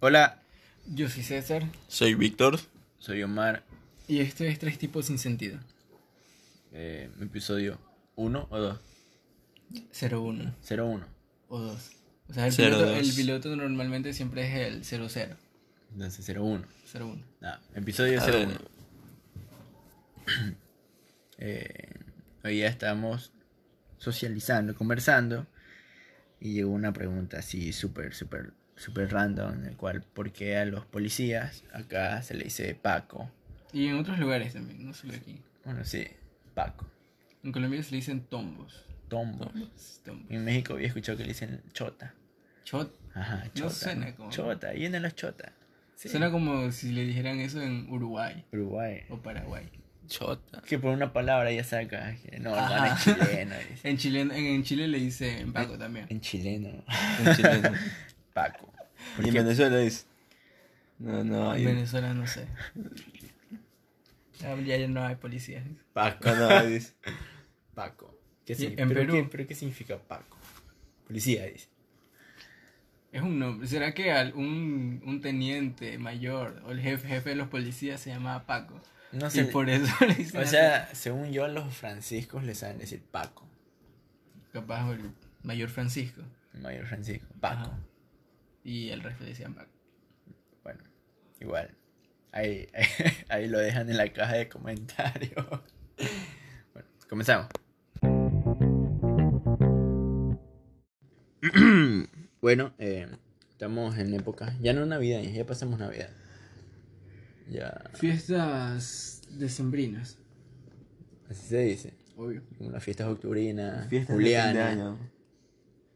Hola, Yo soy César Soy Víctor. soy Omar. y esto es Tres Tipos Sin Sentido, eh, episodio 1 o 2. 01 01. o 2. O sea, el, Cero piloto, dos. el piloto normalmente siempre es el 00, Entonces 01. 01. Nada, episodio A 01. ver. Eh, hoy ya estamos socializando, conversando. Y llegó una pregunta así súper, súper, súper random. En el cual, ¿por qué a los policías acá se le dice Paco? Y en otros lugares también, no solo aquí. Bueno, sí, Paco. En Colombia se le dicen tombos. Tombo. Tombos. En México había escuchado que le dicen Chota. Chot. Ajá, Chota. suena como- Chota, vienen los Chota. Sí. Suena como si le dijeran eso en Uruguay Uruguay. o Paraguay. Chota. Que por una palabra ya saca. que No, Ajá. hermano, es chileno. dice. En Chile, en, en Chile le dicen Paco también. En chileno. En chileno. Paco. y en Venezuela dice. No, no, En hay. Venezuela no sé. Ah, Ya, ya no hay policías. Paco. No, no, ahí dice. Paco. ¿Qué Y signi- en pero Perú. qué- ¿Pero qué significa Paco? Policía, dice. Es un nombre. ¿Será que al- un, un teniente mayor o el jefe, jefe de los policías se llamaba Paco? No y por eso le dicen O sea, según yo, a los franciscos les saben decir Paco. así. capaz el mayor Francisco El mayor Francisco. Paco. Ajá. y el resto le decían Paco. Bueno, igual. Ahí, ahí, lo dejan en la caja de comentarios. Bueno, comenzamos. bueno, eh, estamos en época. Ya no Navidad, ya pasamos Navidad. Ya. Fiestas decembrinas, Así se dice. obvio. Como las fiestas octubrinas, Fiesta de fin de juliana. año.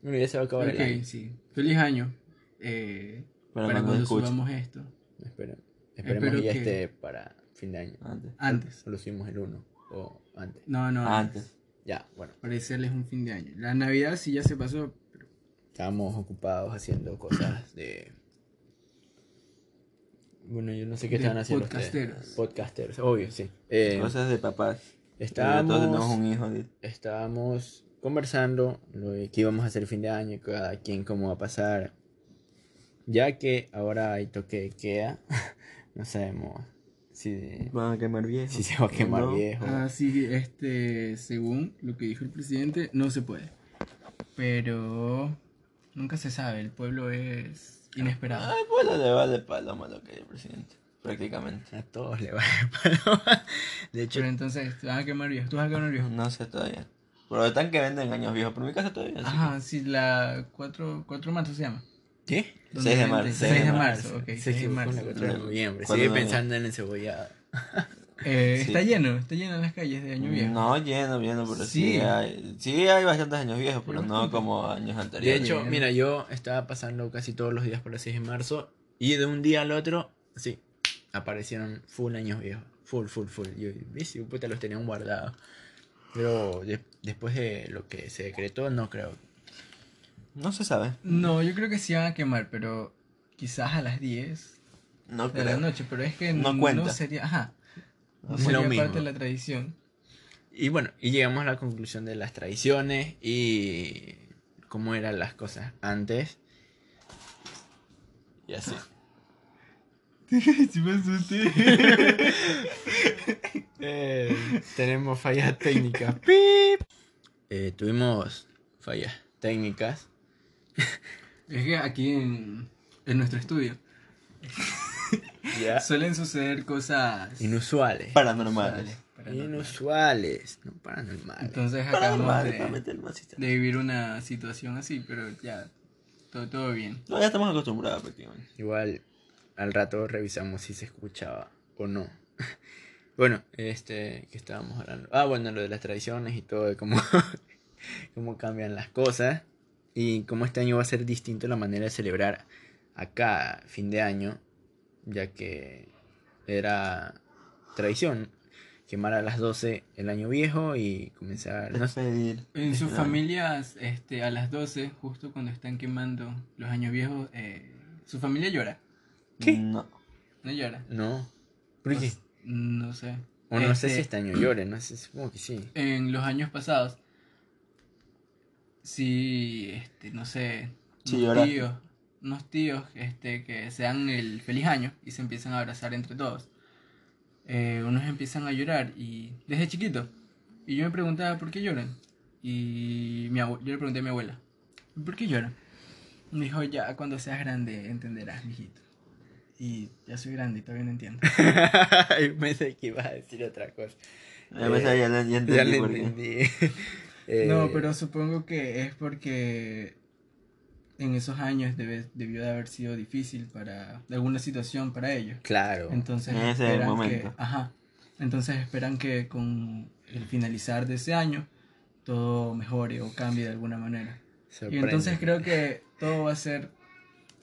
Bueno, ya se va a acabar Ok, el año. sí. Feliz año. eh, para, Para cuando cuando escuchen. subamos esto. Espera- esperemos Espero que ya que- esté para fin de año. Antes. Antes. O lo subimos el 1 o antes. No, no. Antes. Ya, bueno. Para decirles un fin de año. La Navidad sí ya se pasó. Estábamos ocupados haciendo cosas de. Bueno, yo no sé qué De estaban haciendo. podcasteros. ustedes. Podcasteros, obvio, sí. Eh, Cosas de papás. estábamos, Todos tenemos un hijo. de- estábamos conversando lo de qué íbamos a hacer el fin de año, cada quien cómo va a pasar. Ya que ahora hay toque de queda, no sabemos si, Van a quemar viejo. si se va a quemar No. Ah, viejo. Así que, Ah, este, según lo que dijo el presidente, no se puede. Pero nunca se sabe, el pueblo es inesperado. Al pueblo Ah, le vale paloma lo que hay el presidente. Prácticamente. A todos le va a De hecho, Pero entonces, te van a quemar viejos, tú vas a quemar viejos. No sé todavía. Pero están que venden años viejos. Por mi casa todavía. así Ajá, sí, la 4, 4 de marzo se llama. ¿qué? ¿Dónde Seis de venden? marzo, seis 6 de de marzo, ok. Se 6 de equivocó en la marzo. cuatro de noviembre. ¿Cuándo Sigue no había? pensando en el encebollado. Eh, Sí. Está lleno, está lleno en las calles de Año Viejo. No, lleno, lleno, pero sí. Sí. hay, sí hay bastantes años viejos, pero Hay no bastante. como años De anteriores. hecho, Bien. mira, yo estaba pasando casi todos los días por la 6 de marzo y de un día al otro, sí, aparecieron full años viejos. Full, full, full. Yo, "Ves, hijo de puta, los tenían guardados. Pero de- después de lo que se decretó, no creo. no se sabe. No, yo creo que sí van a quemar, pero quizás a las 10 No de la noche. Pero es que No cuenta. sería, ajá, no Es sería lo mismo. parte de la tradición. Y bueno, y llegamos a la conclusión de las tradiciones y cómo eran las cosas antes. Y así. Sí me asusté. Eh, tenemos fallas técnicas. ¡Pip! Eh, tuvimos fallas técnicas. Es que aquí en, en nuestro estudio Ya. suelen suceder cosas Inusuales. Paranormales. paranormales. Inusuales, no paranormales. Entonces acabamos Paranormales, para de, meter más historias. de vivir una situación así, pero ya, todo, todo bien. No, ya estamos acostumbrados prácticamente. Igual al rato revisamos si se escuchaba o no. bueno, este, que estábamos hablando. Ah, bueno, lo de las tradiciones y todo, de cómo, cómo cambian las cosas. Y cómo este año va a ser distinto la manera de celebrar acá fin de año, ya que era tradición quemar a las 12 el año viejo y comenzar... no sé, Despedir. En sus Despedir. familias, este, a las 12, justo cuando están quemando los años viejos, eh, su familia llora. ¿Qué? No. No llora. Pues, No. ¿Por qué? No sé. O no sé si Este, este año llore, no sé, supongo que sí. en los años pasados, si, este, no sé, Sí los lloraste. tíos, unos tíos este, que se dan el feliz año y se empiezan a abrazar entre todos. Eh, unos empiezan a llorar y desde chiquito. Y yo me preguntaba por qué lloran. Y mi abue- yo le pregunté a mi abuela, ¿por qué lloran? Me dijo, ya cuando seas grande entenderás, mijito. Y ya soy grande y todavía no entiendo. Yo pensé que ibas a decir otra cosa. A veces ya, le- ya entendí ya le por qué. entendí. Eh, No, pero supongo que es porque en esos años debe- debió de haber sido difícil para de alguna situación para ellos. Claro. Entonces En ese esperan momento. que, ajá. Entonces esperan que con el finalizar de ese año todo mejore o cambie de alguna manera. Y sorprende. entonces creo que todo va a ser,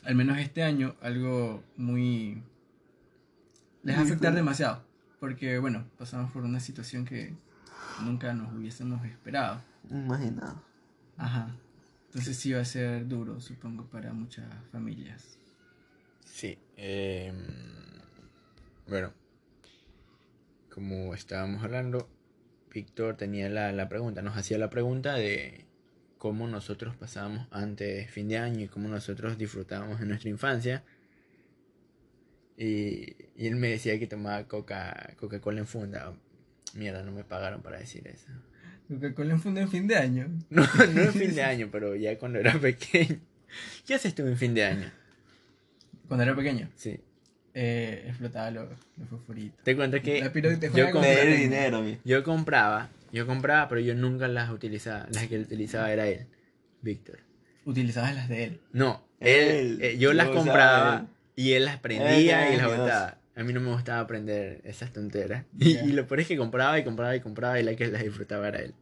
al menos este año, algo muy... Les va a Muy afectar fuerte. demasiado. Porque, bueno, pasamos por una situación que nunca nos hubiésemos esperado. Imaginado. Ajá. Entonces sí va a ser duro, supongo, para muchas familias. Sí. eh, bueno, como estábamos hablando, Víctor tenía la, la pregunta, nos hacía la pregunta de cómo nosotros pasábamos antes fin de año y cómo nosotros disfrutábamos de nuestra infancia. Y, y él me decía que tomaba coca, Coca-Cola en funda. Mierda, no me pagaron para decir eso. Coca-Cola en funda en fin de año. No, no en fin de año, pero ya cuando era pequeño. Ya se estuvo en fin de año. Cuando era pequeño, Sí. eh, explotaba los los fosforitos. Te cuento que La pirata yo compré- juega con- Le di Compré. el dinero, mi. Yo compraba, yo compraba, pero yo nunca las utilizaba. Las que utilizaba era él, Víctor. Utilizabas las de él. No, él, Él, eh, yo lo las usaba compraba él. y él las prendía Él y las era miedoso. botaba. A mí no me gustaba aprender esas tonteras. Y, Ya. y lo peor es que compraba y compraba y compraba y la que las disfrutaba era él.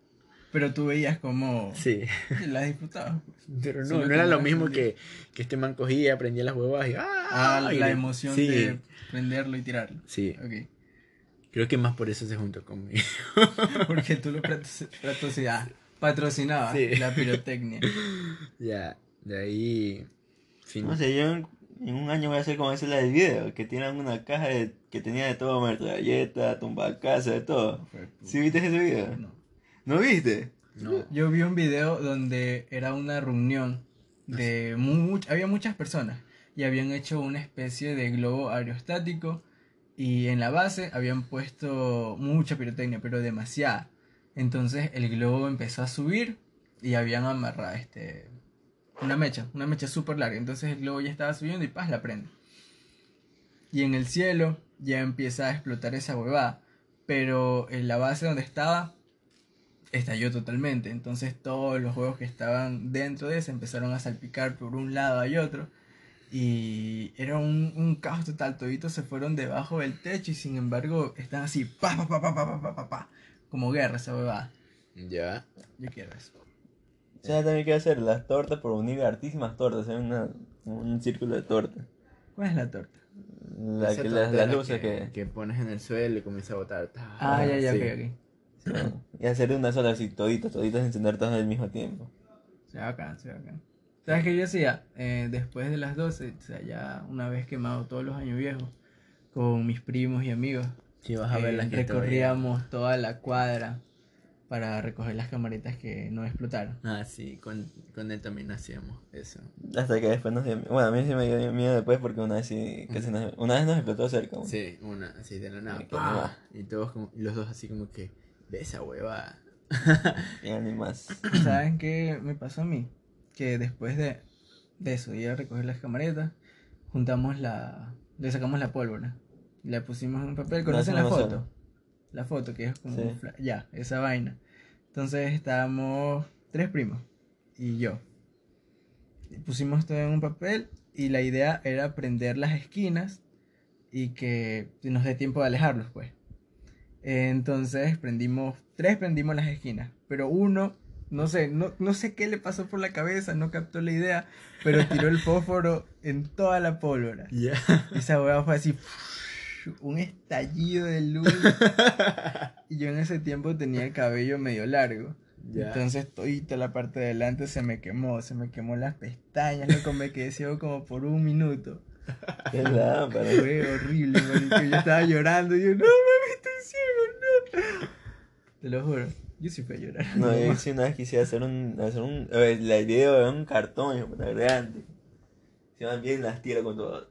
Pero tú veías como Sí, las disfrutabas. pero Sí, no, lo no era lo compraba, mismo sí. que, que este man cogía, prendía las huevas y ¡ah! Ah, y la le- emoción sí, de prenderlo y tirarlo. Sí, Ok. creo que más por eso se juntó conmigo. Porque tú lo prato- patrocinabas. Patrocinabas Sí. la pirotecnia. ya, de ahí. fin. No sé, yo en, en un año voy a hacer como ese la del video, que tienen una caja de, que tenía de todo, muerto, galleta, tumba casa, de todo. ¿Sí viste ese video? No. ¿No viste? No. Yo vi un video donde era una reunión de much- había muchas personas y habían hecho una especie de globo aerostático y en la base habían puesto mucha pirotecnia, pero demasiada. Entonces el globo empezó a subir y habían amarrado este una mecha, una mecha súper larga. Entonces el globo ya estaba subiendo y paz la prende. Y en el cielo ya empieza a explotar esa huevada, pero en la base donde estaba estalló totalmente. Entonces todos los juegos que estaban dentro de ese empezaron a salpicar por un lado y otro. Y era un, un caos total. Toditos se fueron debajo del techo y sin embargo están así, pa, pa, pa, pa, pa, pa, pa, pa, pa. Como guerra esa huevada. Ya. Yo quiero eso. ¿Sabes también qué hacer? Las tortas por unir hartísimas tortas, en una- un círculo de tortas. ¿Cuál es la torta? La Esa que- las, tontera las luces que, que... que pones en el suelo y comienza a botar. ta, Ah, ya, ya, sí. ok, ok. Y hacer de una sola así, toditas, toditas, encender todas al mismo tiempo. Se va acá, se va acá. ¿Sabes qué yo hacía? Eh, después de las 12, o sea, ya una vez quemado todos los años viejos, con mis primos y amigos, Sí, vas a ver eh, las que todavía- recorríamos toda la cuadra para recoger las camaritas que no explotaron. Ah, sí, con, con él también hacíamos eso. Hasta que después nos dio Bueno, a mí sí me dio miedo después porque una vez sí, casi nos, una vez nos explotó cerca. bueno. Sí, una, así de la nada. Sí, que ¡pah! no va. Y todos como, los dos así como que, ve esa hueva. Ya ni más. ¿Saben qué me pasó a mí? Que después de, de eso, ir a recoger las camaritas, juntamos la... le sacamos la pólvora. La pusimos en un papel, No, ¿conocen la eso no me foto? suena. La foto, que es como Sí. un fla- ya, esa vaina. Entonces estábamos tres primos y yo. Y Pusimos todo en un papel y la idea era prender las esquinas y que nos dé tiempo de alejarlos, pues. Entonces prendimos, tres prendimos las esquinas, pero uno, no sé, no, no sé qué le pasó por la cabeza, no captó la idea, pero tiró el fósforo en toda la pólvora. Ya. Esa hueá fue así, un estallido de luz. Y yo en ese tiempo tenía el cabello medio largo. ya. Entonces toda la parte de adelante se me quemó, se me quemó las pestañas, loco, me quedé ciego como por un minuto. Qué lámpara. Fue horrible, marico. Yo estaba llorando y yo, no mami, estoy ciego, no. Te lo juro, yo sí fui a llorar. No, yo sí una vez quise hacer un, hacer un, eh, la idea de un cartón, hijo de puta, grande. Se van bien las tira con todo.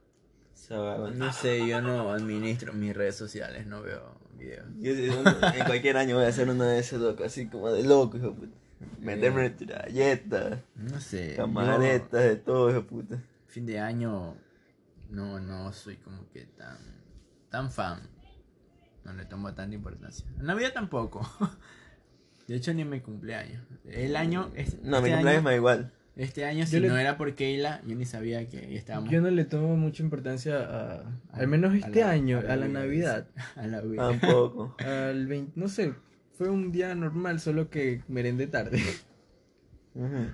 Se van- No sé, yo no administro mis redes sociales, no veo videos. Yo sí, un- en cualquier año voy a hacer una de esas locas, así como de loco, hijo de puta. Meterme galletas, No sé. yo- camaretas, de todo, hijo de puta. fin de año no no soy como que tan tan fan no le tomo tanta importancia En navidad tampoco de hecho ni mi cumpleaños el año es- Mm, No, mi este cumpleaños me año, da igual. este año si Yo le- no era por Keila yo ni sabía que estábamos Yo no le tomo mucha importancia a, a- al menos a este la- año, a la vida, Navidad. a la vida. Ah, Tampoco. Al 20, no sé, fue un día normal, solo que merendé tarde. Ujú.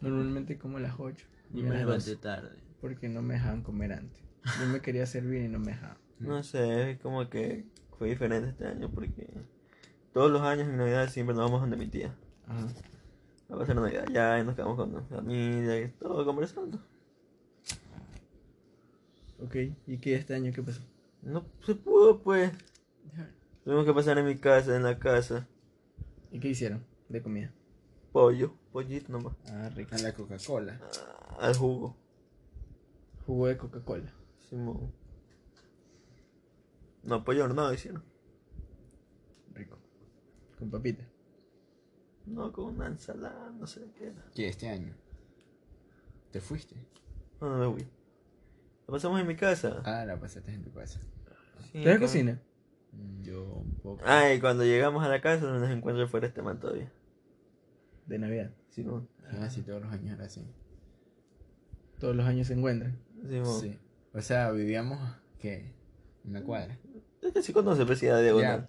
Normalmente como a las 8. yo me levanté tarde Porque no me dejaban comer antes. Yo me quería servir y no me dejaban. No sé, es como que fue diferente este año porque todos los años en Navidad siempre nos vamos donde mi tía. A pasar Navidad allá y nos quedamos con nuestra familia y todo conversando. Ok, ¿y qué este año qué pasó? No se pudo, pues. Tuvimos que pasar en mi casa, en la casa. ¿Y qué hicieron de comida? Pollo, pollito nomás. Ah, rico. a la Coca Cola Ah, Al jugo. Jugo de Coca-Cola. Simón. No, pollo hornado hicieron. Rico. Con papita. No, con una ensalada, no sé qué era. que este año te fuiste No, no me voy. La pasamos en mi casa. ah la pasaste en tu casa Sí, ¿Ustedes con- cocinan? Mm, yo un poco Ay, Ah, cuando llegamos a la casa no nos encuentra fuera este man todavía. De Navidad. Simón. Ah, sí, todos los años era así Todos los años se encuentran. Simón. Sí. O sea, vivíamos que una cuadra. Es que sí conoce, pero sí era Ya, diagonal.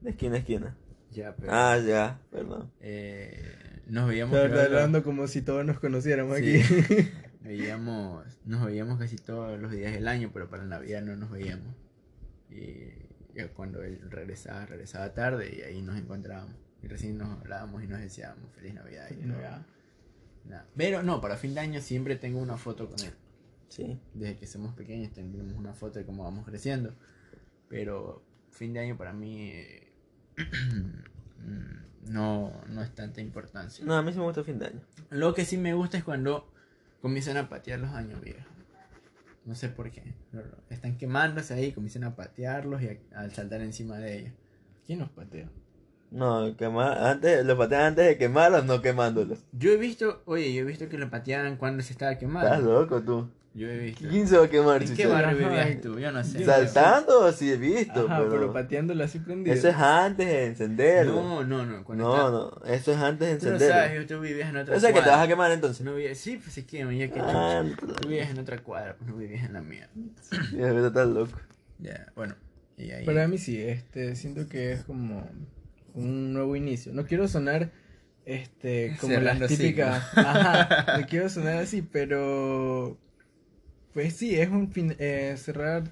De esquina a esquina. ya, pero Ah, ya, perdón. eh, nos veíamos Estaba creo, hablando como si todos nos conociéramos Sí. aquí. veíamos, nos veíamos casi todos los días del año, pero para Navidad no nos veíamos. Y ya cuando él regresaba, regresaba tarde y ahí nos encontrábamos. Y recién nos hablábamos y nos decíamos feliz Navidad. y Feliz todo. Navidad. Nada. Pero no, para fin de año siempre tengo una foto con él. Sí. desde que somos pequeños tenemos una foto de cómo vamos creciendo. Pero fin de año para mí eh, mm, no, no es tanta importancia. No, a mí sí me gusta el fin de año. Lo que sí me gusta es cuando comienzan a patear los años viejos. No sé por qué. No, no. Están quemándose ahí, comienzan a patearlos y a, a saltar encima de ellos. ¿Quién nos patea? No, quemar, antes, lo patean antes de quemarlos, no quemándolos. Yo he visto, oye, yo he visto que lo pateaban cuando se estaba Estás quemando. loco tú. Yo he visto. ¿Quién se va a quemar? ¿En si qué se- barrio Ajá. vivías tú? Yo no sé. Saltando, sí he visto, Ajá, pero, pero. pateándolo así prendido. eso es antes de encenderlo. No, No, no, no. cuando no, estaba- eso es antes de Tú no encenderlo. sabes, yo tú vivías en otra o sea que te vas cuadra. a quemar entonces. No vivías, sí, pues se queman, ya que Ah, chucha. Tú vivías en otra cuadra, pues no vivías en la mía. Ya, pero estás loco. Ya, bueno, y ahí. Para mí sí, este, siento que es como un nuevo inicio. No quiero sonar este como Cerrando las típicas. Ajá, no quiero sonar así, pero pues sí, es un fin- eh, cerrar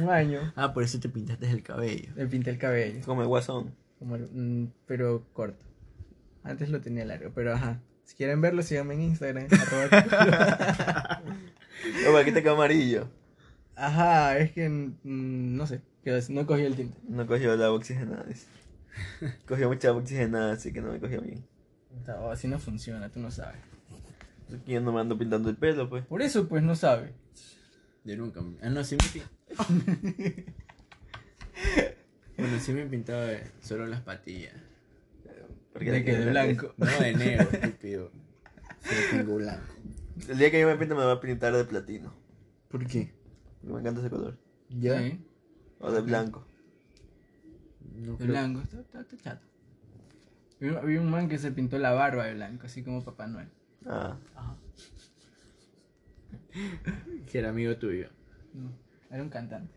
un año. Ah, por eso te pintaste el cabello. Me pinté el cabello, Como el guasón. como el- mm, pero corto. Antes lo tenía largo, pero ajá. Si quieren verlo, síganme en Instagram. arroba- No, aquí está amarillo. ajá, es que mm, no sé, que no cogí el tinte. No cogió la oxigenada. dice. Cogió mucha agua oxigenada, así que no me cogió bien. No, así no funciona, tú no sabes. Así que Yo no me ando pintando el pelo, pues. Por eso pues no sabe. Yo nunca. me- Ah, no, sí me pintaba. bueno, sí me pintaba eh, solo las patillas. Porque De que de blanco. No de negro, estúpido. Solo tengo blanco. El día que yo me pinte me voy a pintar de platino. ¿Por qué? Me encanta ese color. ¿Ya? Sí. O de blanco. No De creo- blanco, está, está- está chato. Había había un man que se pintó la barba de blanco, así como Papá Noel. Ah, Que era amigo tuyo. No, era un cantante.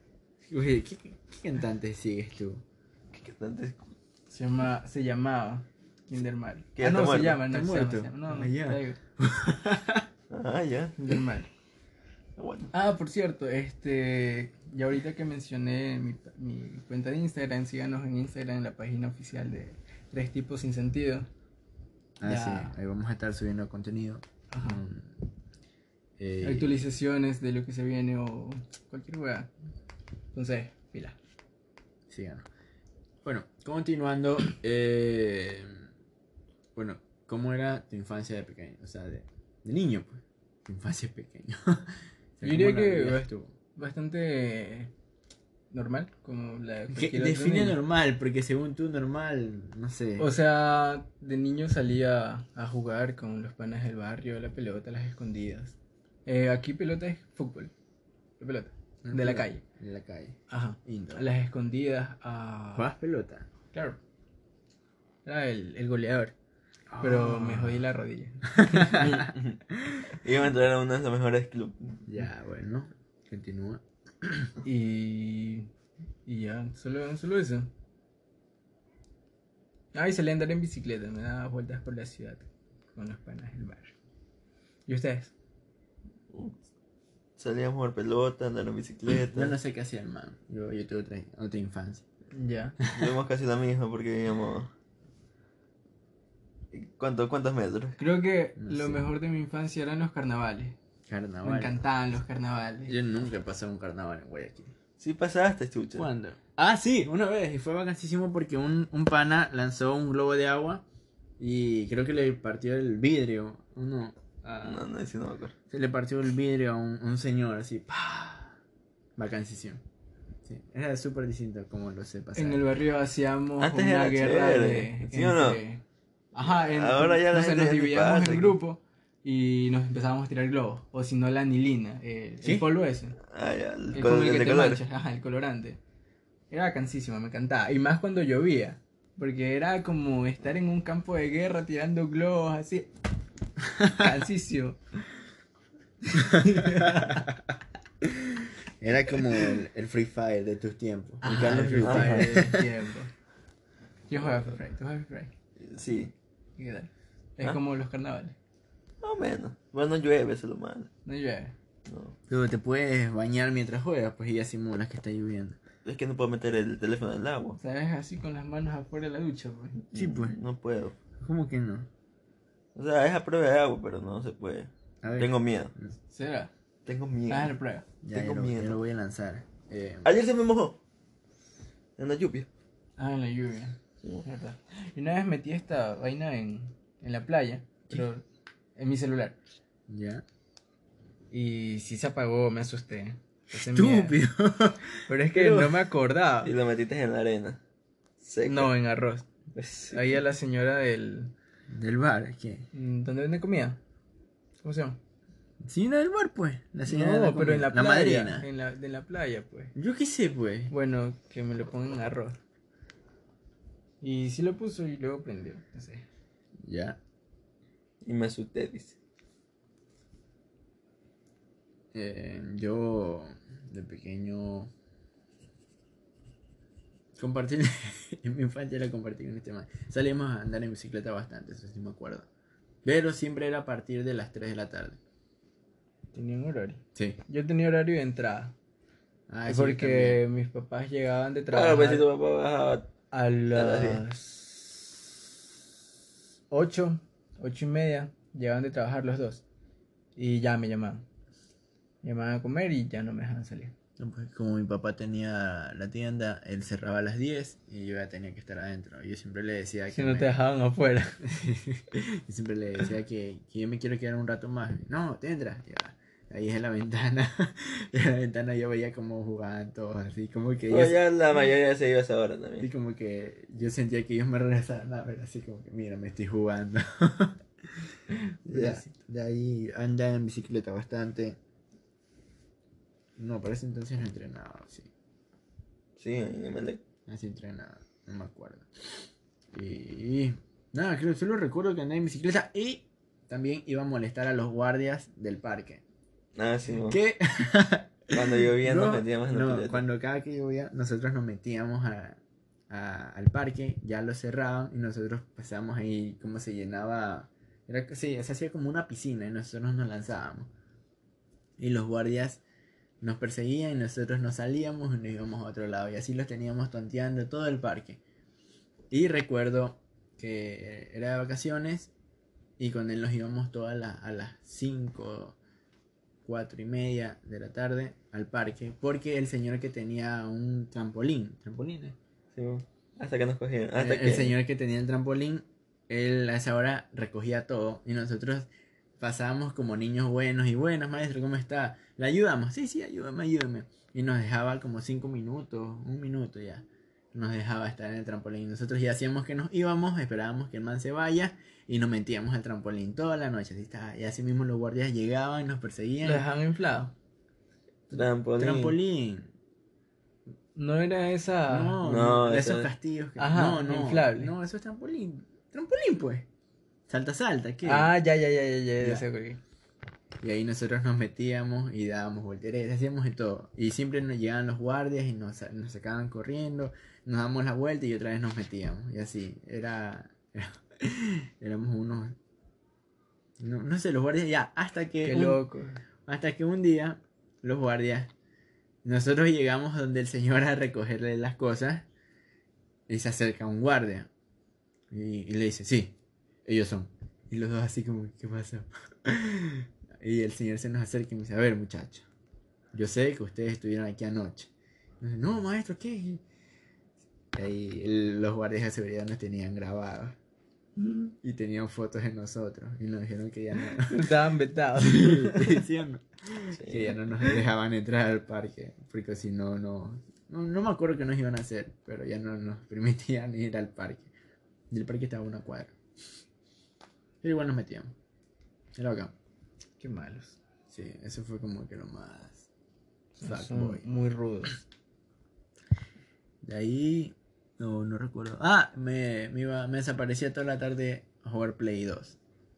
Oye, ¿qué, qué cantante sigues tú? qué cantante. es- Se, llama, se llamaba Kindermal. Que ah, no, está se muerto. llama, no, Está se llama, muerto. se llama. No, no, Ah, ya. está vivo. Ah, ya. Kindermal. Bueno. Ah, por cierto, este, ya ahorita que mencioné mi, mi cuenta de Instagram, síganos en Instagram en la página oficial de Tres Tipos Sin Sentido. Ah, Ya. sí, ahí vamos a estar subiendo contenido. Ajá. Mm. Eh, Actualizaciones de lo que se viene o cualquier weá. Entonces, pila. Síganos. Bueno, continuando. eh, bueno, ¿cómo era tu infancia de pequeño? O sea, de, de niño, pues. Tu infancia es pequeña. Yo diría que bast- bastante normal, como la de cualquier otro define niño. normal, porque según tú, normal, no sé. O sea, de niño salía a jugar con los panas del barrio, la pelota, las escondidas. Eh, aquí pelota es fútbol. La pelota. De la calle. De la calle. Ajá. Indoor. A las escondidas, a... ¿Jugabas pelota? Claro. Era el, el goleador. Pero Ah. me jodí la rodilla. Iba a entrar a uno de los mejores clubes. Ya, bueno. Continúa. Y. Y ya, solo, solo eso. Ah, y salí a andar en bicicleta, me daba vueltas por la ciudad con los panas del barrio. ¿Y ustedes? Salíamos a jugar pelota, andar en bicicleta. Yo no sé qué hacía el man. Yo, yo tuve otra, otra infancia. Ya. Vivimos casi la misma porque vivíamos. ¿Cuánto, ¿Cuántos metros? Creo que No lo sé. mejor de mi infancia eran los carnavales. Carnaval. Me encantaban los carnavales. Yo nunca he pasado un carnaval en Guayaquil. Sí, pasaste, chucha. ¿Cuándo? Ah, sí, una vez. Y fue bacanísimo porque un, un pana lanzó un globo de agua y creo que le partió el vidrio. Uno. Ah, a- No, no, sí, no me acuerdo. Se le partió el vidrio a un, un señor así. ¡pah! Bacanísimo. Sí, era súper distinto como lo sé pasar. en el barrio hacíamos Antes una era guerra chévere, de. ¿sí o no? entre- Ajá, en- Ahora ya la no sé, gente nos ya ni dividíamos en pasa, que- grupo y nos empezábamos a tirar globos. O si no, la anilina, el, ¿Sí? el polvo ese. Ah, ya, el, El color, con el el que de te colores. manchas, ajá, el colorante. Era cansísimo, me encantaba. Y más cuando llovía. Porque era como estar en un campo de guerra tirando globos así. Cansísimo. Era como el, el Free Fire de tus tiempos. El Ajá, Carlos el Free Free Fire. Fire del tiempo. Yo jugaba Free Fire, tú jugabas Free Fire. Sí, ¿Y qué tal? Es ¿Ah? como los carnavales. más o menos. Bueno, no llueve, eso es lo malo. No llueve. No. Tú te puedes bañar mientras juegas, pues y ya simulas que está lloviendo. Es que no puedo meter el teléfono en el agua. ¿Sabes? Así con las manos afuera de la ducha, pues. Sí, pues. No puedo. ¿Cómo que no? O sea, es a prueba de agua, pero no se puede. A ver. Tengo miedo. ¿Será? Tengo miedo. Haz la prueba. ya, tengo ya lo, ya miedo. lo voy a lanzar. Eh, Ayer se me mojó. En la lluvia. Ah, en la lluvia. Verdad. Y una vez metí esta vaina en, en la playa, pero en mi celular. ya. Y sí se apagó, me asusté. Pasé miedo. Estúpido. Pero es que Pero- no me acordaba. Y lo metiste en la arena. Seca. eh. No, en arroz. Sí. Ahí a la señora del. ¿Del bar? ¿Qué? mm, ¿Dónde vende comida? ¿Cómo se llama? Sí, no del bar, pues. La señora de no, la pero en comida. la playa. madrina. en la, de la playa, pues. Yo qué sé, pues. Bueno, que me lo pongan en arroz. Y sí lo puso y luego prendió. no sé. Ya. Y me asusté, dice. Eh, yo de pequeño compartir en mi infancia era compartir con este man. Salíamos a andar en bicicleta bastante, eso sí me acuerdo. Pero siempre era a partir de las 3 de la tarde. Tenía un horario. Sí. Yo tenía horario de entrada. Ah, sí, Ah, porque mis papás llegaban de trabajar. Claro, pues si tu papá bajaba. A las las 8, 8 y media, llegaban de trabajar los dos. Y ya me llamaban. Me llamaban a comer y ya no me dejaban salir. también. No, pues, como mi papá tenía la tienda, él cerraba a las 10 y yo ya tenía que estar adentro. Yo siempre le decía Si que no me- te dejaban afuera. y siempre le decía que, que yo me quiero quedar un rato más. No, te entras. Ya. Ahí en la ventana. en la ventana yo veía como jugaban todos así. Como que No, ellos, Pues ya la mayoría se iba a esa hora así también. como que yo sentía que ellos me regresaban a ver así como que mira, me estoy jugando. Ya, de ahí andaba en bicicleta bastante. No, para ese entonces no entrenaba, sí. Sí, en Emelec. Así entrenaba, no me acuerdo. Y nada, creo solo recuerdo que andaba en bicicleta y también iba a molestar a los guardias del parque. Ah, sí, mo. Que Cuando llovía no, nos metíamos en no, la pileta. cuando cada que llovía nosotros nos metíamos a- a- al parque, ya lo cerraban y nosotros pasábamos ahí como se llenaba, era que sí, se hacía como una piscina y nosotros nos lanzábamos. Y los guardias nos perseguían y nosotros nos salíamos y nos íbamos a otro lado y así los teníamos tonteando todo el parque. Y recuerdo que era de vacaciones y con él nos íbamos todas las- a las 5 cuatro y media de la tarde al parque porque el señor que tenía un trampolín, trampolines, Sí, mo. Hasta que nos cogieron. Hasta el, Ah, que... señor que tenía el trampolín, él a esa hora recogía todo y nosotros pasábamos como niños buenos y buenos, maestro, ¿cómo está? ¿Le ayudamos? Sí, sí, ayúdame, ayúdame. Y nos dejaba como cinco minutos, un minuto ya. Nos dejaba estar en el trampolín. Nosotros ya hacíamos que nos íbamos, esperábamos que el man se vaya y nos metíamos al trampolín toda la noche. Así estaba. Y así mismo los guardias llegaban, nos Lo perseguían. dejaban inflado. Trampolín. Trampolín. No era esa. No, No, no, de esa esos es- castillos. Que... Ajá, no, no, inflable. No, eso es trampolín. Trampolín, pues. Salta, salta, ¿qué? Ah, ya, ya, ya, ya, ya, ya Ya. sé por qué. Y ahí nosotros nos metíamos y dábamos volteretas, hacíamos de todo. Y siempre nos llegaban los guardias y nos, sa- nos sacaban corriendo, nos damos la vuelta y otra vez nos metíamos. Y así, era. era- éramos unos. No, no sé, los guardias ya, hasta que. Qué un- loco. hasta que un día, los guardias, nosotros llegamos donde el señor a recogerle las cosas y se acerca un guardia y, y le dice, sí, ellos son. Y los dos así como, ¿qué pasó? y el señor se nos acerca y me dice, a ver muchachos, yo sé que ustedes estuvieron aquí anoche. Y dice, no, maestro, ¿qué? Y ahí el- los guardias de seguridad nos tenían grabados y tenían fotos de nosotros y nos dijeron que ya no. Estaban vetados. ¿Sí o no? Sí. que ya no nos dejaban entrar al parque, porque si no, no, no, no me acuerdo que nos iban a hacer, pero ya no nos permitían ir al parque. Y el parque estaba a una cuadra. Pero igual nos metíamos. Era acá. Qué malos. Sí, eso fue como que lo más... Son Fuckboy. muy rudos. De ahí... No, no recuerdo. Ah, me, me, iba, me desaparecía toda la tarde a jugar Play 2.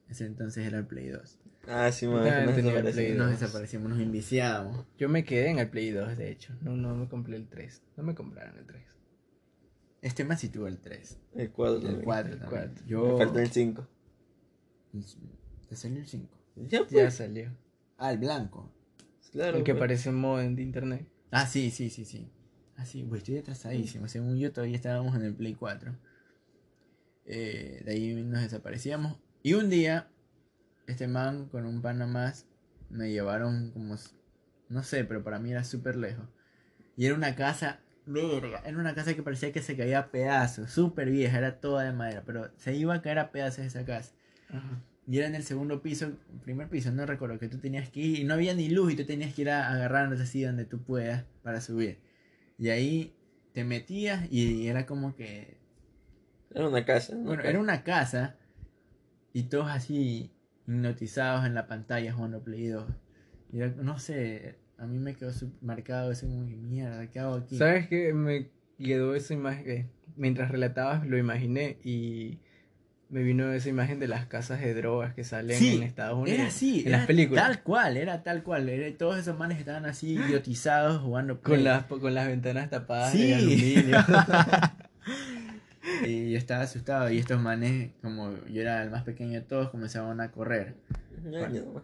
Ese entonces era el Play 2. Ah, sí, Yo man. también no se tenía el parece. Play Nos 2. desaparecíamos, nos inviciábamos. Yo me quedé en el Play 2, de hecho. No, no me compré el 3. No me compraron el 3. Este más sí tuvo el 3. El 4 El también. 4. El también. cuatro. Yo... Me faltó el 5. ¿Te salió el 5? Ya, pues. Ya salió. Ah, el blanco. Claro. El que pues. parece modem de internet. Ah, sí, sí, sí, sí. Ah, sí, güey, estoy atrasadísimo. Según yo, todavía estábamos en el Play 4. Eh, de ahí nos desaparecíamos. Y un día, este man con un pana más me llevaron como. s- No sé, pero para mí era súper lejos. Y era una casa. Verga, era una casa que parecía que se caía a pedazos. Súper vieja, era toda de madera. Pero se iba a caer a pedazos esa casa. Ajá. Y era en el segundo piso, primer piso, no recuerdo, que tú tenías que ir, y no había ni luz y tú tenías que ir a, agarrándote así donde tú puedas para subir. Y ahí te metías y era como que... Era una casa. ¿no? Bueno, era una casa y todos así hipnotizados en la pantalla jugando Play 2. Y era- no sé, a mí me quedó sup- marcado ese como que, mierda, ¿qué hago aquí? ¿Sabes qué? Me quedó esa imagen. eh, Mientras relatabas, lo imaginé y me vino esa imagen de las casas de drogas que salen Sí, en Estados Unidos. Era así, en era las películas. tal cual, era tal cual. Era, todos esos manes estaban así idiotizados jugando Play Con las, con las ventanas tapadas Sí. de Ah, aluminio. Y yo estaba asustado y estos manes, como yo era el más pequeño de todos, comenzaban a correr. Un año nomás.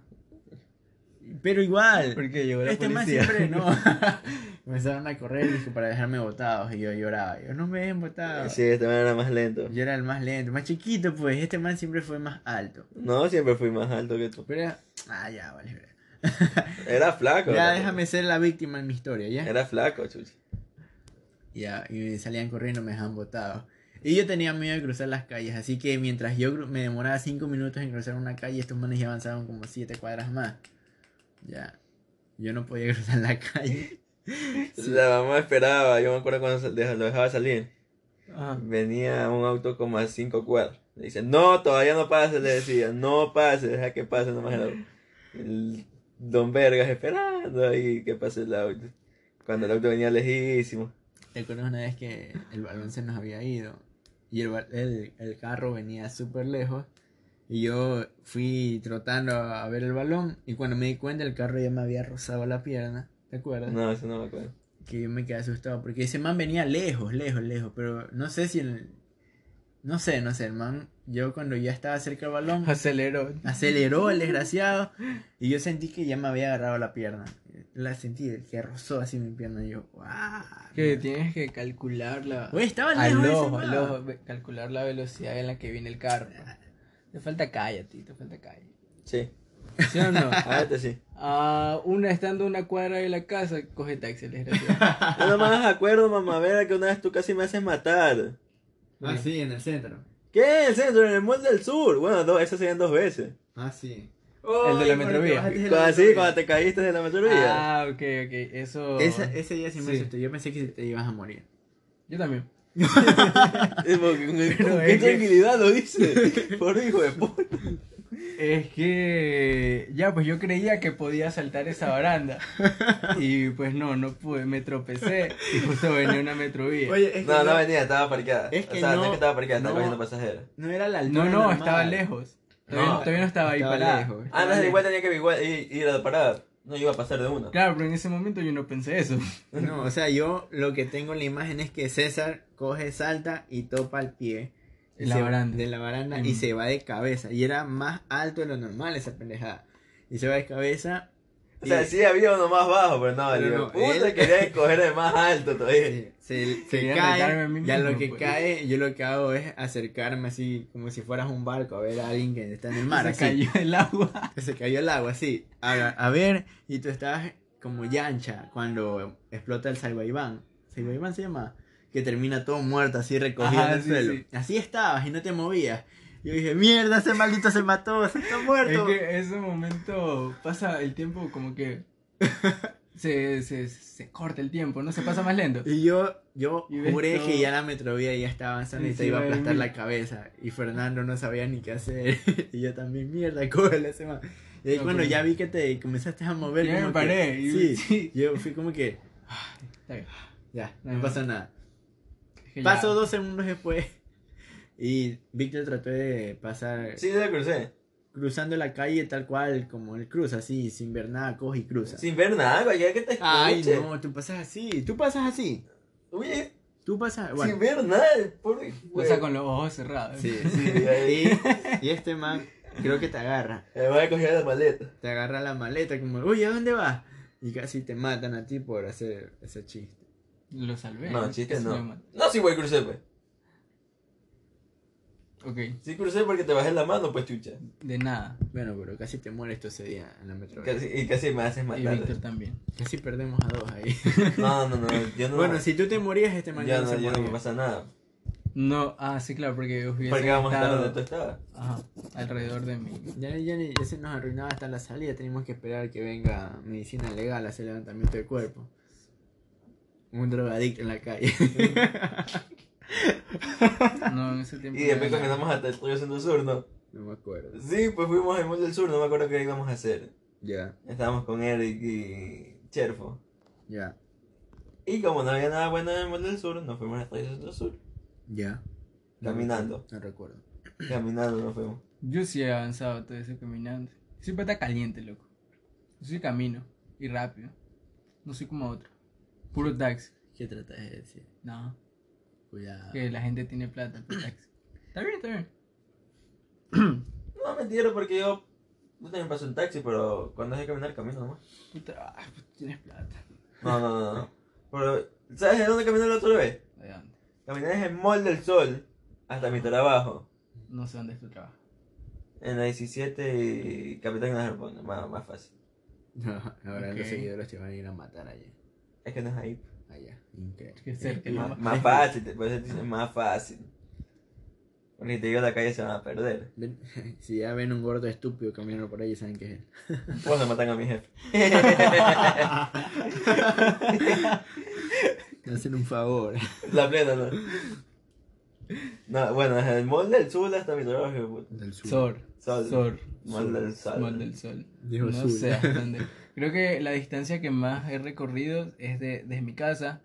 Pero igual, Porque llegó la este man policía. siempre no. comenzaron a correr dije, para dejarme botados y yo lloraba. Yo no me dejen botado. Sí, este man era más lento. Yo era el más lento, más chiquito pues, este man siempre fue más alto. No, siempre fui más alto que tú. Pero era... Ah, ya, vale. verga. Era flaco. Ya era- déjame ser la víctima en mi historia, ¿ya? Era flaco, chuchi. Ya, y me salían corriendo, me dejaban botado. Y yo tenía miedo de cruzar las calles, así que mientras yo cru- me demoraba 5 minutos en cruzar una calle, estos manes ya avanzaban como 7 cuadras más. Ya, yo no podía cruzar la calle. La mamá esperaba. Yo me acuerdo cuando sal- deja- lo dejaba salir. Ajá. Venía un auto como a 5 cuadras. Le dice, no, todavía no pase. Le decía, no pase, deja que pase nomás el auto. El don Vergas esperando ahí que pase el auto. Cuando el auto venía lejísimo. ¿Te acuerdas una vez que el balón se nos había ido? Y el, ba- el, el carro venía súper lejos. Y yo fui trotando a a ver el balón. Y cuando me di cuenta, el carro ya me había rozado la pierna. ¿Te acuerdas? No, eso no me acuerdo. que yo me quedé asustado porque ese man venía lejos, lejos, lejos, pero no sé si el no sé, no sé, el man yo cuando ya estaba cerca del balón Aceleró. aceleró el desgraciado y yo sentí que ya me había agarrado la pierna. La sentí que rozó así mi pierna y yo, ¡guau! Que tienes que calcular la... Güey, estaba lejos Al ese ojo, man. al ojo, ve- calcular la velocidad en la que viene el carro. pues. Te falta calle, tío, te falta calle. Sí. ¿Sí o no? Ah, este sí. Ah, una estando a una cuadra de la casa, coge taxi, el desgraciado. Yo no más acuerdo, mamá Vera, que una vez tú casi me haces matar. Ah, sí, en el centro. ¿Qué? ¿En el centro? ¿En el Mall del Sur? Bueno, dos, esas serían dos veces. Ah, sí. El de la metrovía. Así, cuando te caíste de la metrovía. Ah, ok, ok. Eso. Esa- ese día sí me Sí. asustó. Yo pensé que te ibas a morir. Yo también. Es porque con- Pero con qué es que- tranquilidad lo dice. Por hijo de puta. Es que ya, pues yo creía que podía saltar esa baranda. Y pues no, no pude, me tropecé y justo venía una metrovía. Oye, es que No, no venía, estaba parqueada. Es que o sea, no, no- es que estaba parqueada, estaba no. cogiendo pasajeros. no era la no, altura. no, normal. estaba lejos. Todavía No, no, todavía no estaba, ahí estaba parada. lejos. Estaba Ah, no, lejos. igual tenía que igual, i- ir a la parada. No iba a pasar de una. Claro, pero en ese momento yo no pensé eso. No, o sea, yo lo que tengo en la imagen es que César coge, salta y topa el pie. De la Se- baranda. De la baranda Mm. y se va de cabeza. Y era más alto de lo normal esa pendejada. Y se va de cabeza. O y- sea, sí había uno más bajo, pero no, el Pero no, hijo de puta él- quería coger el más alto todavía. Sí, se, se Quería retarme cae a mí y a lo mismo, que pues. cae yo lo que hago es acercarme así como si fueras un barco a ver a alguien que está en el mar se así. cayó el agua. Que se cayó el agua así a, a ver y tú estabas como yancha cuando explota el salvaiván salvaiván se llama que termina todo muerto así recogido Ajá, en el sí, suelo sí. así estabas y no te movías yo dije mierda ese maldito se mató se está Es muerto que ese momento pasa el tiempo como que se, se, se corta el tiempo, ¿no? Se pasa más lento. Y yo, yo Y ves juré todo que ya la metrovía ya estaba avanzando y te iba a encima de aplastar mí. la cabeza. Y Fernando no sabía ni qué hacer. y yo también, mierda, cógele ese man. Y ahí No, cuando pero- ya vi que te comenzaste a mover. Ya como me que- paré, y- sí, sí. Yo fui como que, Está bien. ya, Ajá. no pasa nada. Es que ya- Pasó dos segundos después. Y Víctor trató de pasar Sí, yo la crucé. cruzando la calle tal cual como él cruza, así, sin ver nada, coge y cruza. Sin ver nada, cualquiera que te escuche. Ay, no, tú pasas así, tú pasas así, Oye, tú pasas. Bueno, sin ver nada, el pobre hijo O de- sea, con los ojos cerrados. Sí, Sí, ahí. Y, y este man creo que te agarra. Me Eh, voy a coger la maleta. Te agarra la maleta como, oye, ¿a dónde vas? Y casi te matan a ti por hacer ese chiste. Lo salvé. No, chiste Eso lo no. maté. No, sí, güey, crucé, pues. Ok, Sí, crucé porque te bajé la mano, pues chucha. de nada. Bueno, pero casi te mueres tú ese día en la metro. Casi, Casi- y casi me haces Y matar. Víctor también. perdemos a dos ahí. No, no, no, yo no. Bueno, si tú te morías, este man ya ya no se no, ya no me moría. pasa nada. No, ah, sí, claro, porque hubiese Porque vamos a estar estado- donde tú estabas. Ajá, alrededor de mí. Ya, ya, ni- ya se nos arruinaba hasta la salida. Tenemos que esperar que venga medicina legal a hacer levantamiento de cuerpo. Un drogadicto en la calle. No, en ese tiempo. Y ya después no. caminamos hasta el estudio centro sur, ¿no? No me acuerdo. Sí, pues fuimos al Mall del Sur, no me acuerdo qué íbamos a hacer. Ya, Estábamos con Eric y Cherfo. ya, Y como no había nada bueno en el Mall del Sur, nos fuimos al Estadio Centro Sur. ya. No Caminando. recuerdo, No recuerdo. Caminando nos fuimos. Yo sí he avanzado todo eso caminando. Siempre está caliente, loco. Yo sí camino y rápido. No soy como otro. Puro taxi. ¿Qué tratas de decir? No, Cuidado. que la gente tiene plata por taxi. Está bien, está bien. No, mentira, porque yo, yo también paso en taxi, pero cuando es de caminar, camino nomás. Puta, ah, pues, tienes plata. No, no, no, no. Pero, ¿sabes de dónde caminé la otra vez? ¿De dónde? Caminé desde el Mall del Sol hasta mi trabajo. No sé dónde es tu trabajo. En la 17 y Capitán Narpón, más, más fácil. No, ahora Ok. los seguidores te van a ir a matar allá. Es que no es ahí. Allá. Increíble. que cerca, Eh, ¿no? Más, más más fácil, te- por eso te dicen más fácil. Porque te digo, la calle se van a perder. ven- si ya ven un gordo estúpido caminando por ahí, saben que es él. Cuando matan a mi jefe. Hacen un favor. La plena, no. No, bueno, desde el Mall del Sur hasta mi trabajo. hijo de puta. Del sur. Sor. Sol. Sor. Mall del Sol. Mall del Sol. Dijo no sur. sé hasta dónde. Creo que la distancia que más he recorrido es de, desde mi casa,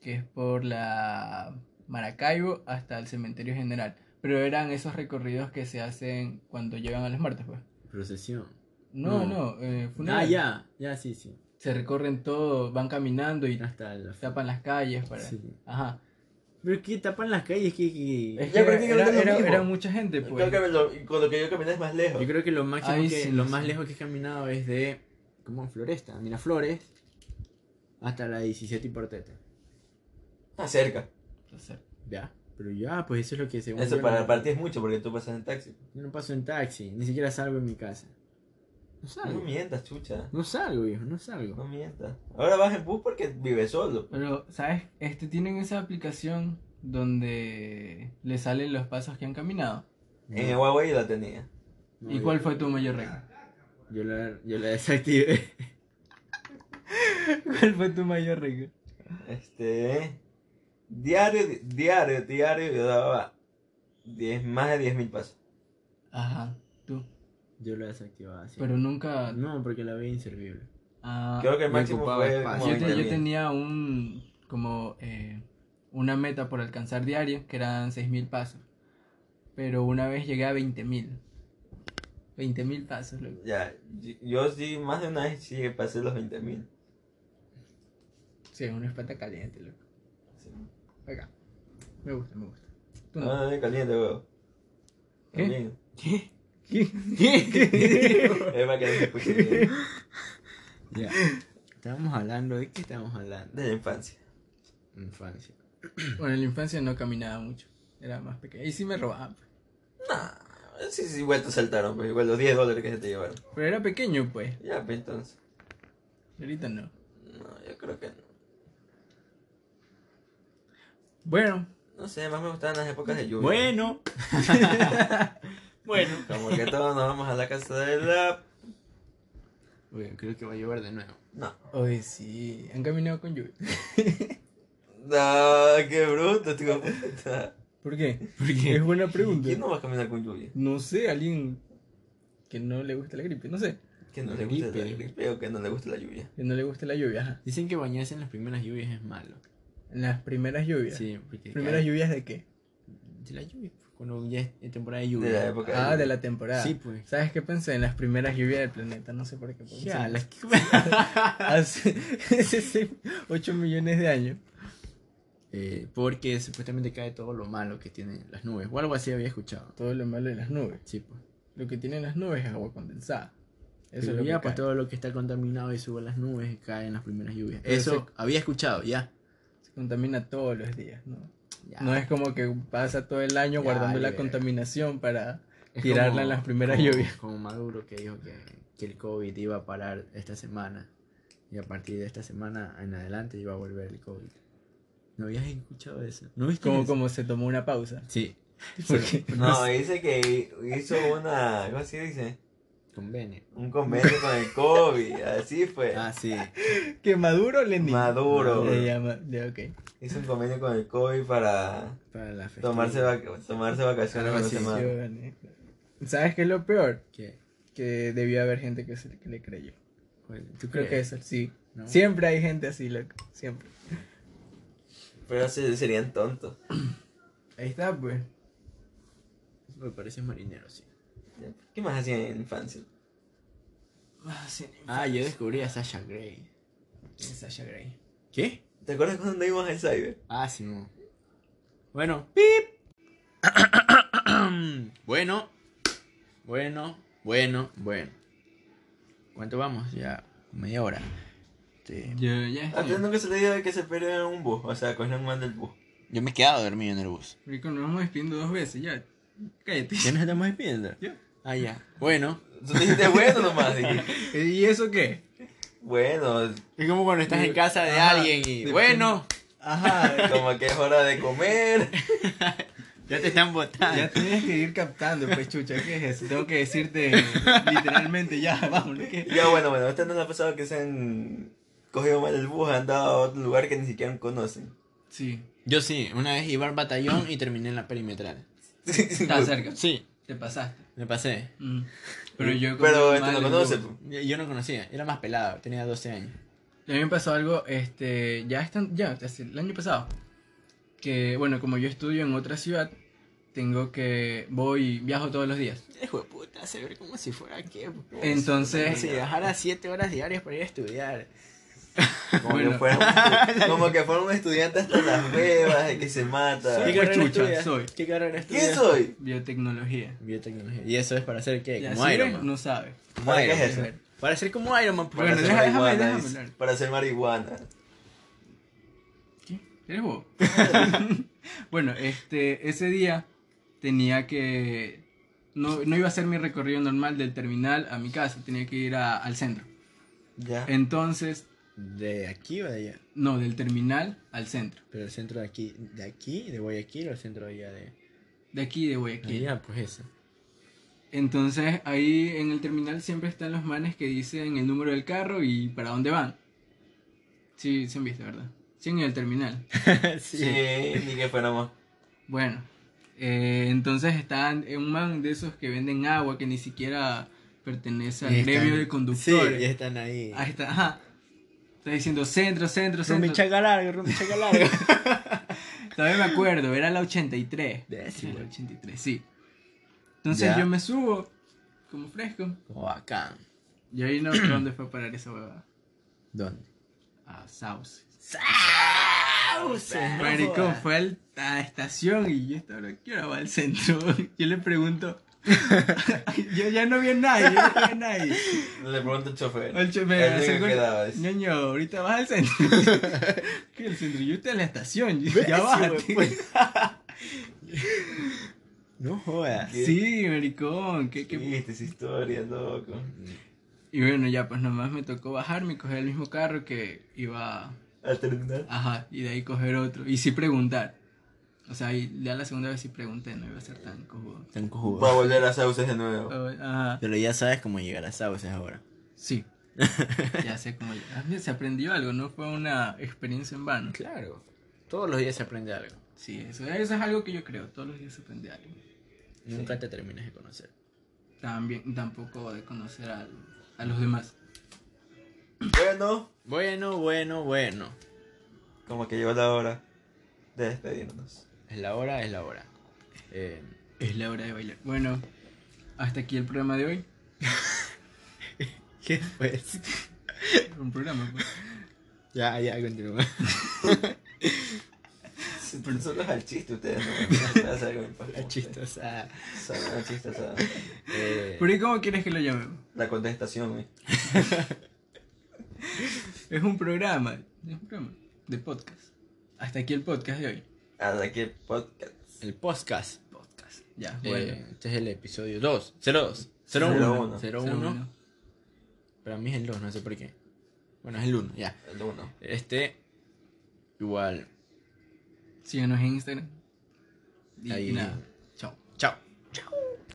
que es por la Maracaibo hasta el cementerio general. Pero eran esos recorridos que se hacen cuando llegan a los muertos, pues. Procesión. No, No. no, eh, Ah, funeral. ya. Ya, sí, sí. Se recorren todo, van caminando y Hasta la. tapan las calles para... Ah. Sí. Ajá. Pero que tapan las calles. Que, que- Es Ya que era, prácticamente era- lo mismo. era mucha gente, pues. Creo que lo- con lo que yo caminé es más lejos. Yo creo que lo máximo Ahí que, sí, lo sí. más lejos que he caminado es de. ¿Cómo? Floresta. Miraflores. Hasta la 17 y Portete. Está cerca. Ya. Pero ya, pues eso es lo que según Eso yo para, no- para ti es mucho porque tú pasas en taxi. Yo no paso en taxi, ni siquiera salgo en mi casa. No No salgo. mientas, chucha. No salgo, viejo, no No salgo. mientas. Ahora vas en bus porque vives solo. Pero, ¿sabes? Este, tienen esa aplicación donde le salen los pasos que han caminado. Eh, En el Huawei la tenía. No, ¿Y yo- cuál fue tu mayor récord? Yo la, yo la desactivé. ¿Cuál fue tu mayor regalo? Este. Diario, di- diario, diario, yo daba 10, más de 10.000 pasos. Ajá, tú. Yo la desactivaba así. Pero nunca. No, porque la veía inservible. ah, Creo que el me máximo ocupaba fue espacio. como yo, te- yo 20.000. tenía un. Como. eh, una meta por alcanzar diaria, que eran 6.000 pasos. Pero una vez llegué a 20.000. 20.000 pasos, loco. Ya, yo- yo sí, más de una vez sí pasé los 20.000. Sí, una espata caliente, loco. Sí. Acá. Me gusta, me gusta. Tú No, no. Ah, no, no, caliente, huevo. ¿Qué? También. ¿Qué? ¿Qué? Es para que no se escuche bien. Ya. Estábamos hablando, ¿de qué estábamos hablando? De la infancia. Infancia. bueno, en la infancia no caminaba mucho. Era más pequeño. Y sí me robaban. Nah, sí, sí, igual te saltaron, pues igual los 10 dólares que se te llevaron. Pero era pequeño, pues. Ya, pues entonces. Ahorita no. No, yo creo que no. Bueno, No sé, más me gustaban las épocas de lluvia. Bueno. bueno. Como que todos nos vamos a la casa de la. Bueno, creo que va a llover de nuevo. No. hoy sí. Han caminado con lluvia. No, Ah, qué bruto, tío. puta. ¿Por qué? Es Porque buena pregunta. ¿Quién no va a caminar con lluvia? No sé, alguien que no le gusta la gripe. No sé. ¿Quién no La le gusta la gripe. gripe o que no le gusta la lluvia? Que no le gusta la lluvia. Ajá. dicen que bañarse en las primeras lluvias es malo. En las primeras lluvias. Sí, porque ¿Primeras cae- lluvias de qué? de la lluvia, pues, cuando ya es es temporada de lluvia. De la época. Ah, de la temporada. Sí, pues. ¿Sabes qué pensé? En las primeras lluvias del planeta. No sé por qué. pensé Ya, en las hace, hace seis- ocho millones de años. Eh, porque supuestamente cae todo lo malo que tienen las nubes. O algo así había escuchado. Todo lo malo de las nubes. Sí, pues. Lo que tienen las nubes es agua condensada. Eso Pero es lo ya, que pues cae. todo lo que está contaminado y sube a las nubes y cae en las primeras lluvias. Pero Eso había escuchado, ya. Se contamina todos los días, ¿no? Ya. No es como que pasa todo el año Ya, guardando la ya. contaminación para... Es tirarla como- en las primeras como- lluvias. Como Maduro que dijo que, que el COVID iba a parar esta semana. Y a partir de esta semana en adelante iba a volver el COVID. ¿No habías escuchado eso? ¿No viste Como, eso? como se tomó una pausa. Sí. Porque No, dice que hizo una. ¿Cómo así dice? Con Bene. Un convenio con el COVID. Así fue. Ah, sí. que Maduro le ni- Maduro. Le llama, le- ok. Hizo un convenio con el COVID para Para la festividad. tomarse, vac- tomarse vacaciones Algo una así, semana. Yo- ¿Sabes qué es lo peor? ¿Qué? Que debió haber gente que, se, que le creyó. Pues, ¿Tú Creo crees? que eso, sí. ¿No? Siempre hay gente así, loco. Siempre. Pero se- serían tontos. Ahí está, pues. Me parece marinero, sí. ¿Qué más hacían en la infancia? Ah, yo descubrí a Sasha Gray. Sasha Grey. ¿Qué? ¿Te acuerdas cuando íbamos al cyber? Ah, sí. no. Bueno. ¡Pip! bueno. Bueno. Bueno. Bueno. ¿Cuánto vamos? Ya media hora. Este, Yo ya Antes nunca se le dio de que se perdieron en un bus, o sea, cogieron mal del bus. Yo me he quedado dormido en el bus. Rico, nos vamos despidiendo dos veces, ya. Cállate. ¿Ya nos estamos despidiendo? Ya. Ah, ya. Bueno. Tú te dijiste bueno nomás, dije. ¿Y eso qué? Bueno, Es como cuando estás en casa de Ajá, alguien y... depende. Bueno. Ajá. como que es hora de comer. Ya te están botando. Ya tienes que ir captando, pues chucha, ¿qué es eso? Tengo que decirte literalmente ya, vámonos, ¿qué? Ya bueno, bueno, esta no la ha pasado que se han cogido mal el bus, han dado a otro lugar que ni siquiera conocen. Sí, Yo sí. Una vez iba al batallón y terminé en la perimetral. está cerca, Sí. te pasaste. Me pasé. pues. Mm. Pero yo como Pero este mal no el conoce. bus. Yo yo no conocía. Era más pelado. Tenía 12 años. A mí me pasó algo, este, ya están, ya, hace el año pasado, que bueno, como yo estudio en otra ciudad, tengo que, voy, viajo todos los días. Hijo de puta, se ve como si fuera qué. Oh, Entonces- Si bajara 7 horas diarias para ir a estudiar. Como, que Bueno. fueron, como que fueron estudiantes hasta las bebas, de que se mata. Sí. carrera estudias? ¿Qué carrera estudias? ¿Quién soy? Biotecnología. Biotecnología. ¿Y eso es para hacer qué? Ya, Como ¿sí Iron ves? Man. No sabe. Como ¿Para qué Iron es Man. eso? Para ser como Iron Man. Pues. Para Bueno, hacer deja- déjame- marihuana. déjame dice. hablar. Para hacer marihuana. ¿Qué? ¿Eres vos? bueno, este, ese día tenía que... No, no iba a ser mi recorrido normal del terminal a mi casa, tenía que ir a- al centro. Ya. Entonces, ¿De aquí o de allá? no, del terminal al centro. Pero el centro de aquí, de aquí, de Guayaquil Ah, o el centro de allá de. De aquí de Guayaquil. Allá, pues eso. Entonces ahí en el terminal siempre están los manes que dicen el número del carro y para dónde van. Sí, se han visto, ¿verdad? Sí, en el terminal. Sí, ni que fuéramos. Bueno, eh, entonces están eh, un man de esos que venden agua que ni siquiera pertenece al Y están- gremio Sí, de Ah, y conductores. están ahí. Ahí está, ajá. Está diciendo centro, centro, Rumi centro. chacalargo, rumi chacalargo. Todavía me acuerdo, era la 83. Décimo. Era la 83, sí. Entonces Ya. yo me subo, como fresco, Bacán. y ahí no sé dónde fue a parar esa huevada. ¿Dónde? A Sauce. Sauces, no Marico, jodas. fue al- a la estación y yo estaba, ¿qué hora va al centro? Yo le pregunto, yo ya no vi a nadie, yo no vi a nadie. Le pregunto al chofer. El che- El me único acerco, que quedaba, dice. ñoño, ahorita vas al centro. ¿Qué el centro? Yo estoy en la estación, Ve, ya sí, bájate. güey, pues. pues. No jodas. ¿Qué? Sí, maricón, qué, ¿Qué qué... viste esa historia, loco? Y bueno, ya pues nomás me tocó bajarme y coger el mismo carro que iba, Al terminar. ajá, y de ahí coger otro. Y sí preguntar. O sea, y ya la segunda vez sí pregunté, no iba a ser tan cojudo. Tan Va a cojudo. volver a Sauces de nuevo. Oh, Ajá. Pero ya sabes cómo llegar a Sauces ahora. Sí. ya sé cómo. ah, mira, Se aprendió algo, no fue una experiencia en vano. Claro. Todos los días se aprende algo. Sí, eso, eso es algo que yo creo. Todos los días se aprende algo. Nunca te terminas de conocer. También, tampoco de conocer al- a, los demás. Bueno, Bueno, bueno, bueno. como que llegó la hora de despedirnos. Es la hora, es la hora. Eh, Es la hora de bailar. Bueno, hasta aquí el programa de hoy. ¿Qué pues? Un programa, pues. Ya, ya, continúa. Pero son los al chiste ustedes, ¿no? No saben cómo pasa. La chistosa. Son al chiste, o sea, Eh, Pero ¿y cómo quieres que lo llamemos? La contestación, ¿eh? Es un programa. Es un programa de podcast. Hasta aquí el podcast de hoy. Hasta aquí el podcast. el podcast. Podcast. Ya, Eh, bueno. este es el episodio 2. 02. Cero 01. uno. 01. Para mí es el 2, no sé por qué. Bueno, es el 1, ya. El uno. Este. Igual. Síganos en Instagram. Y, ahí y nada.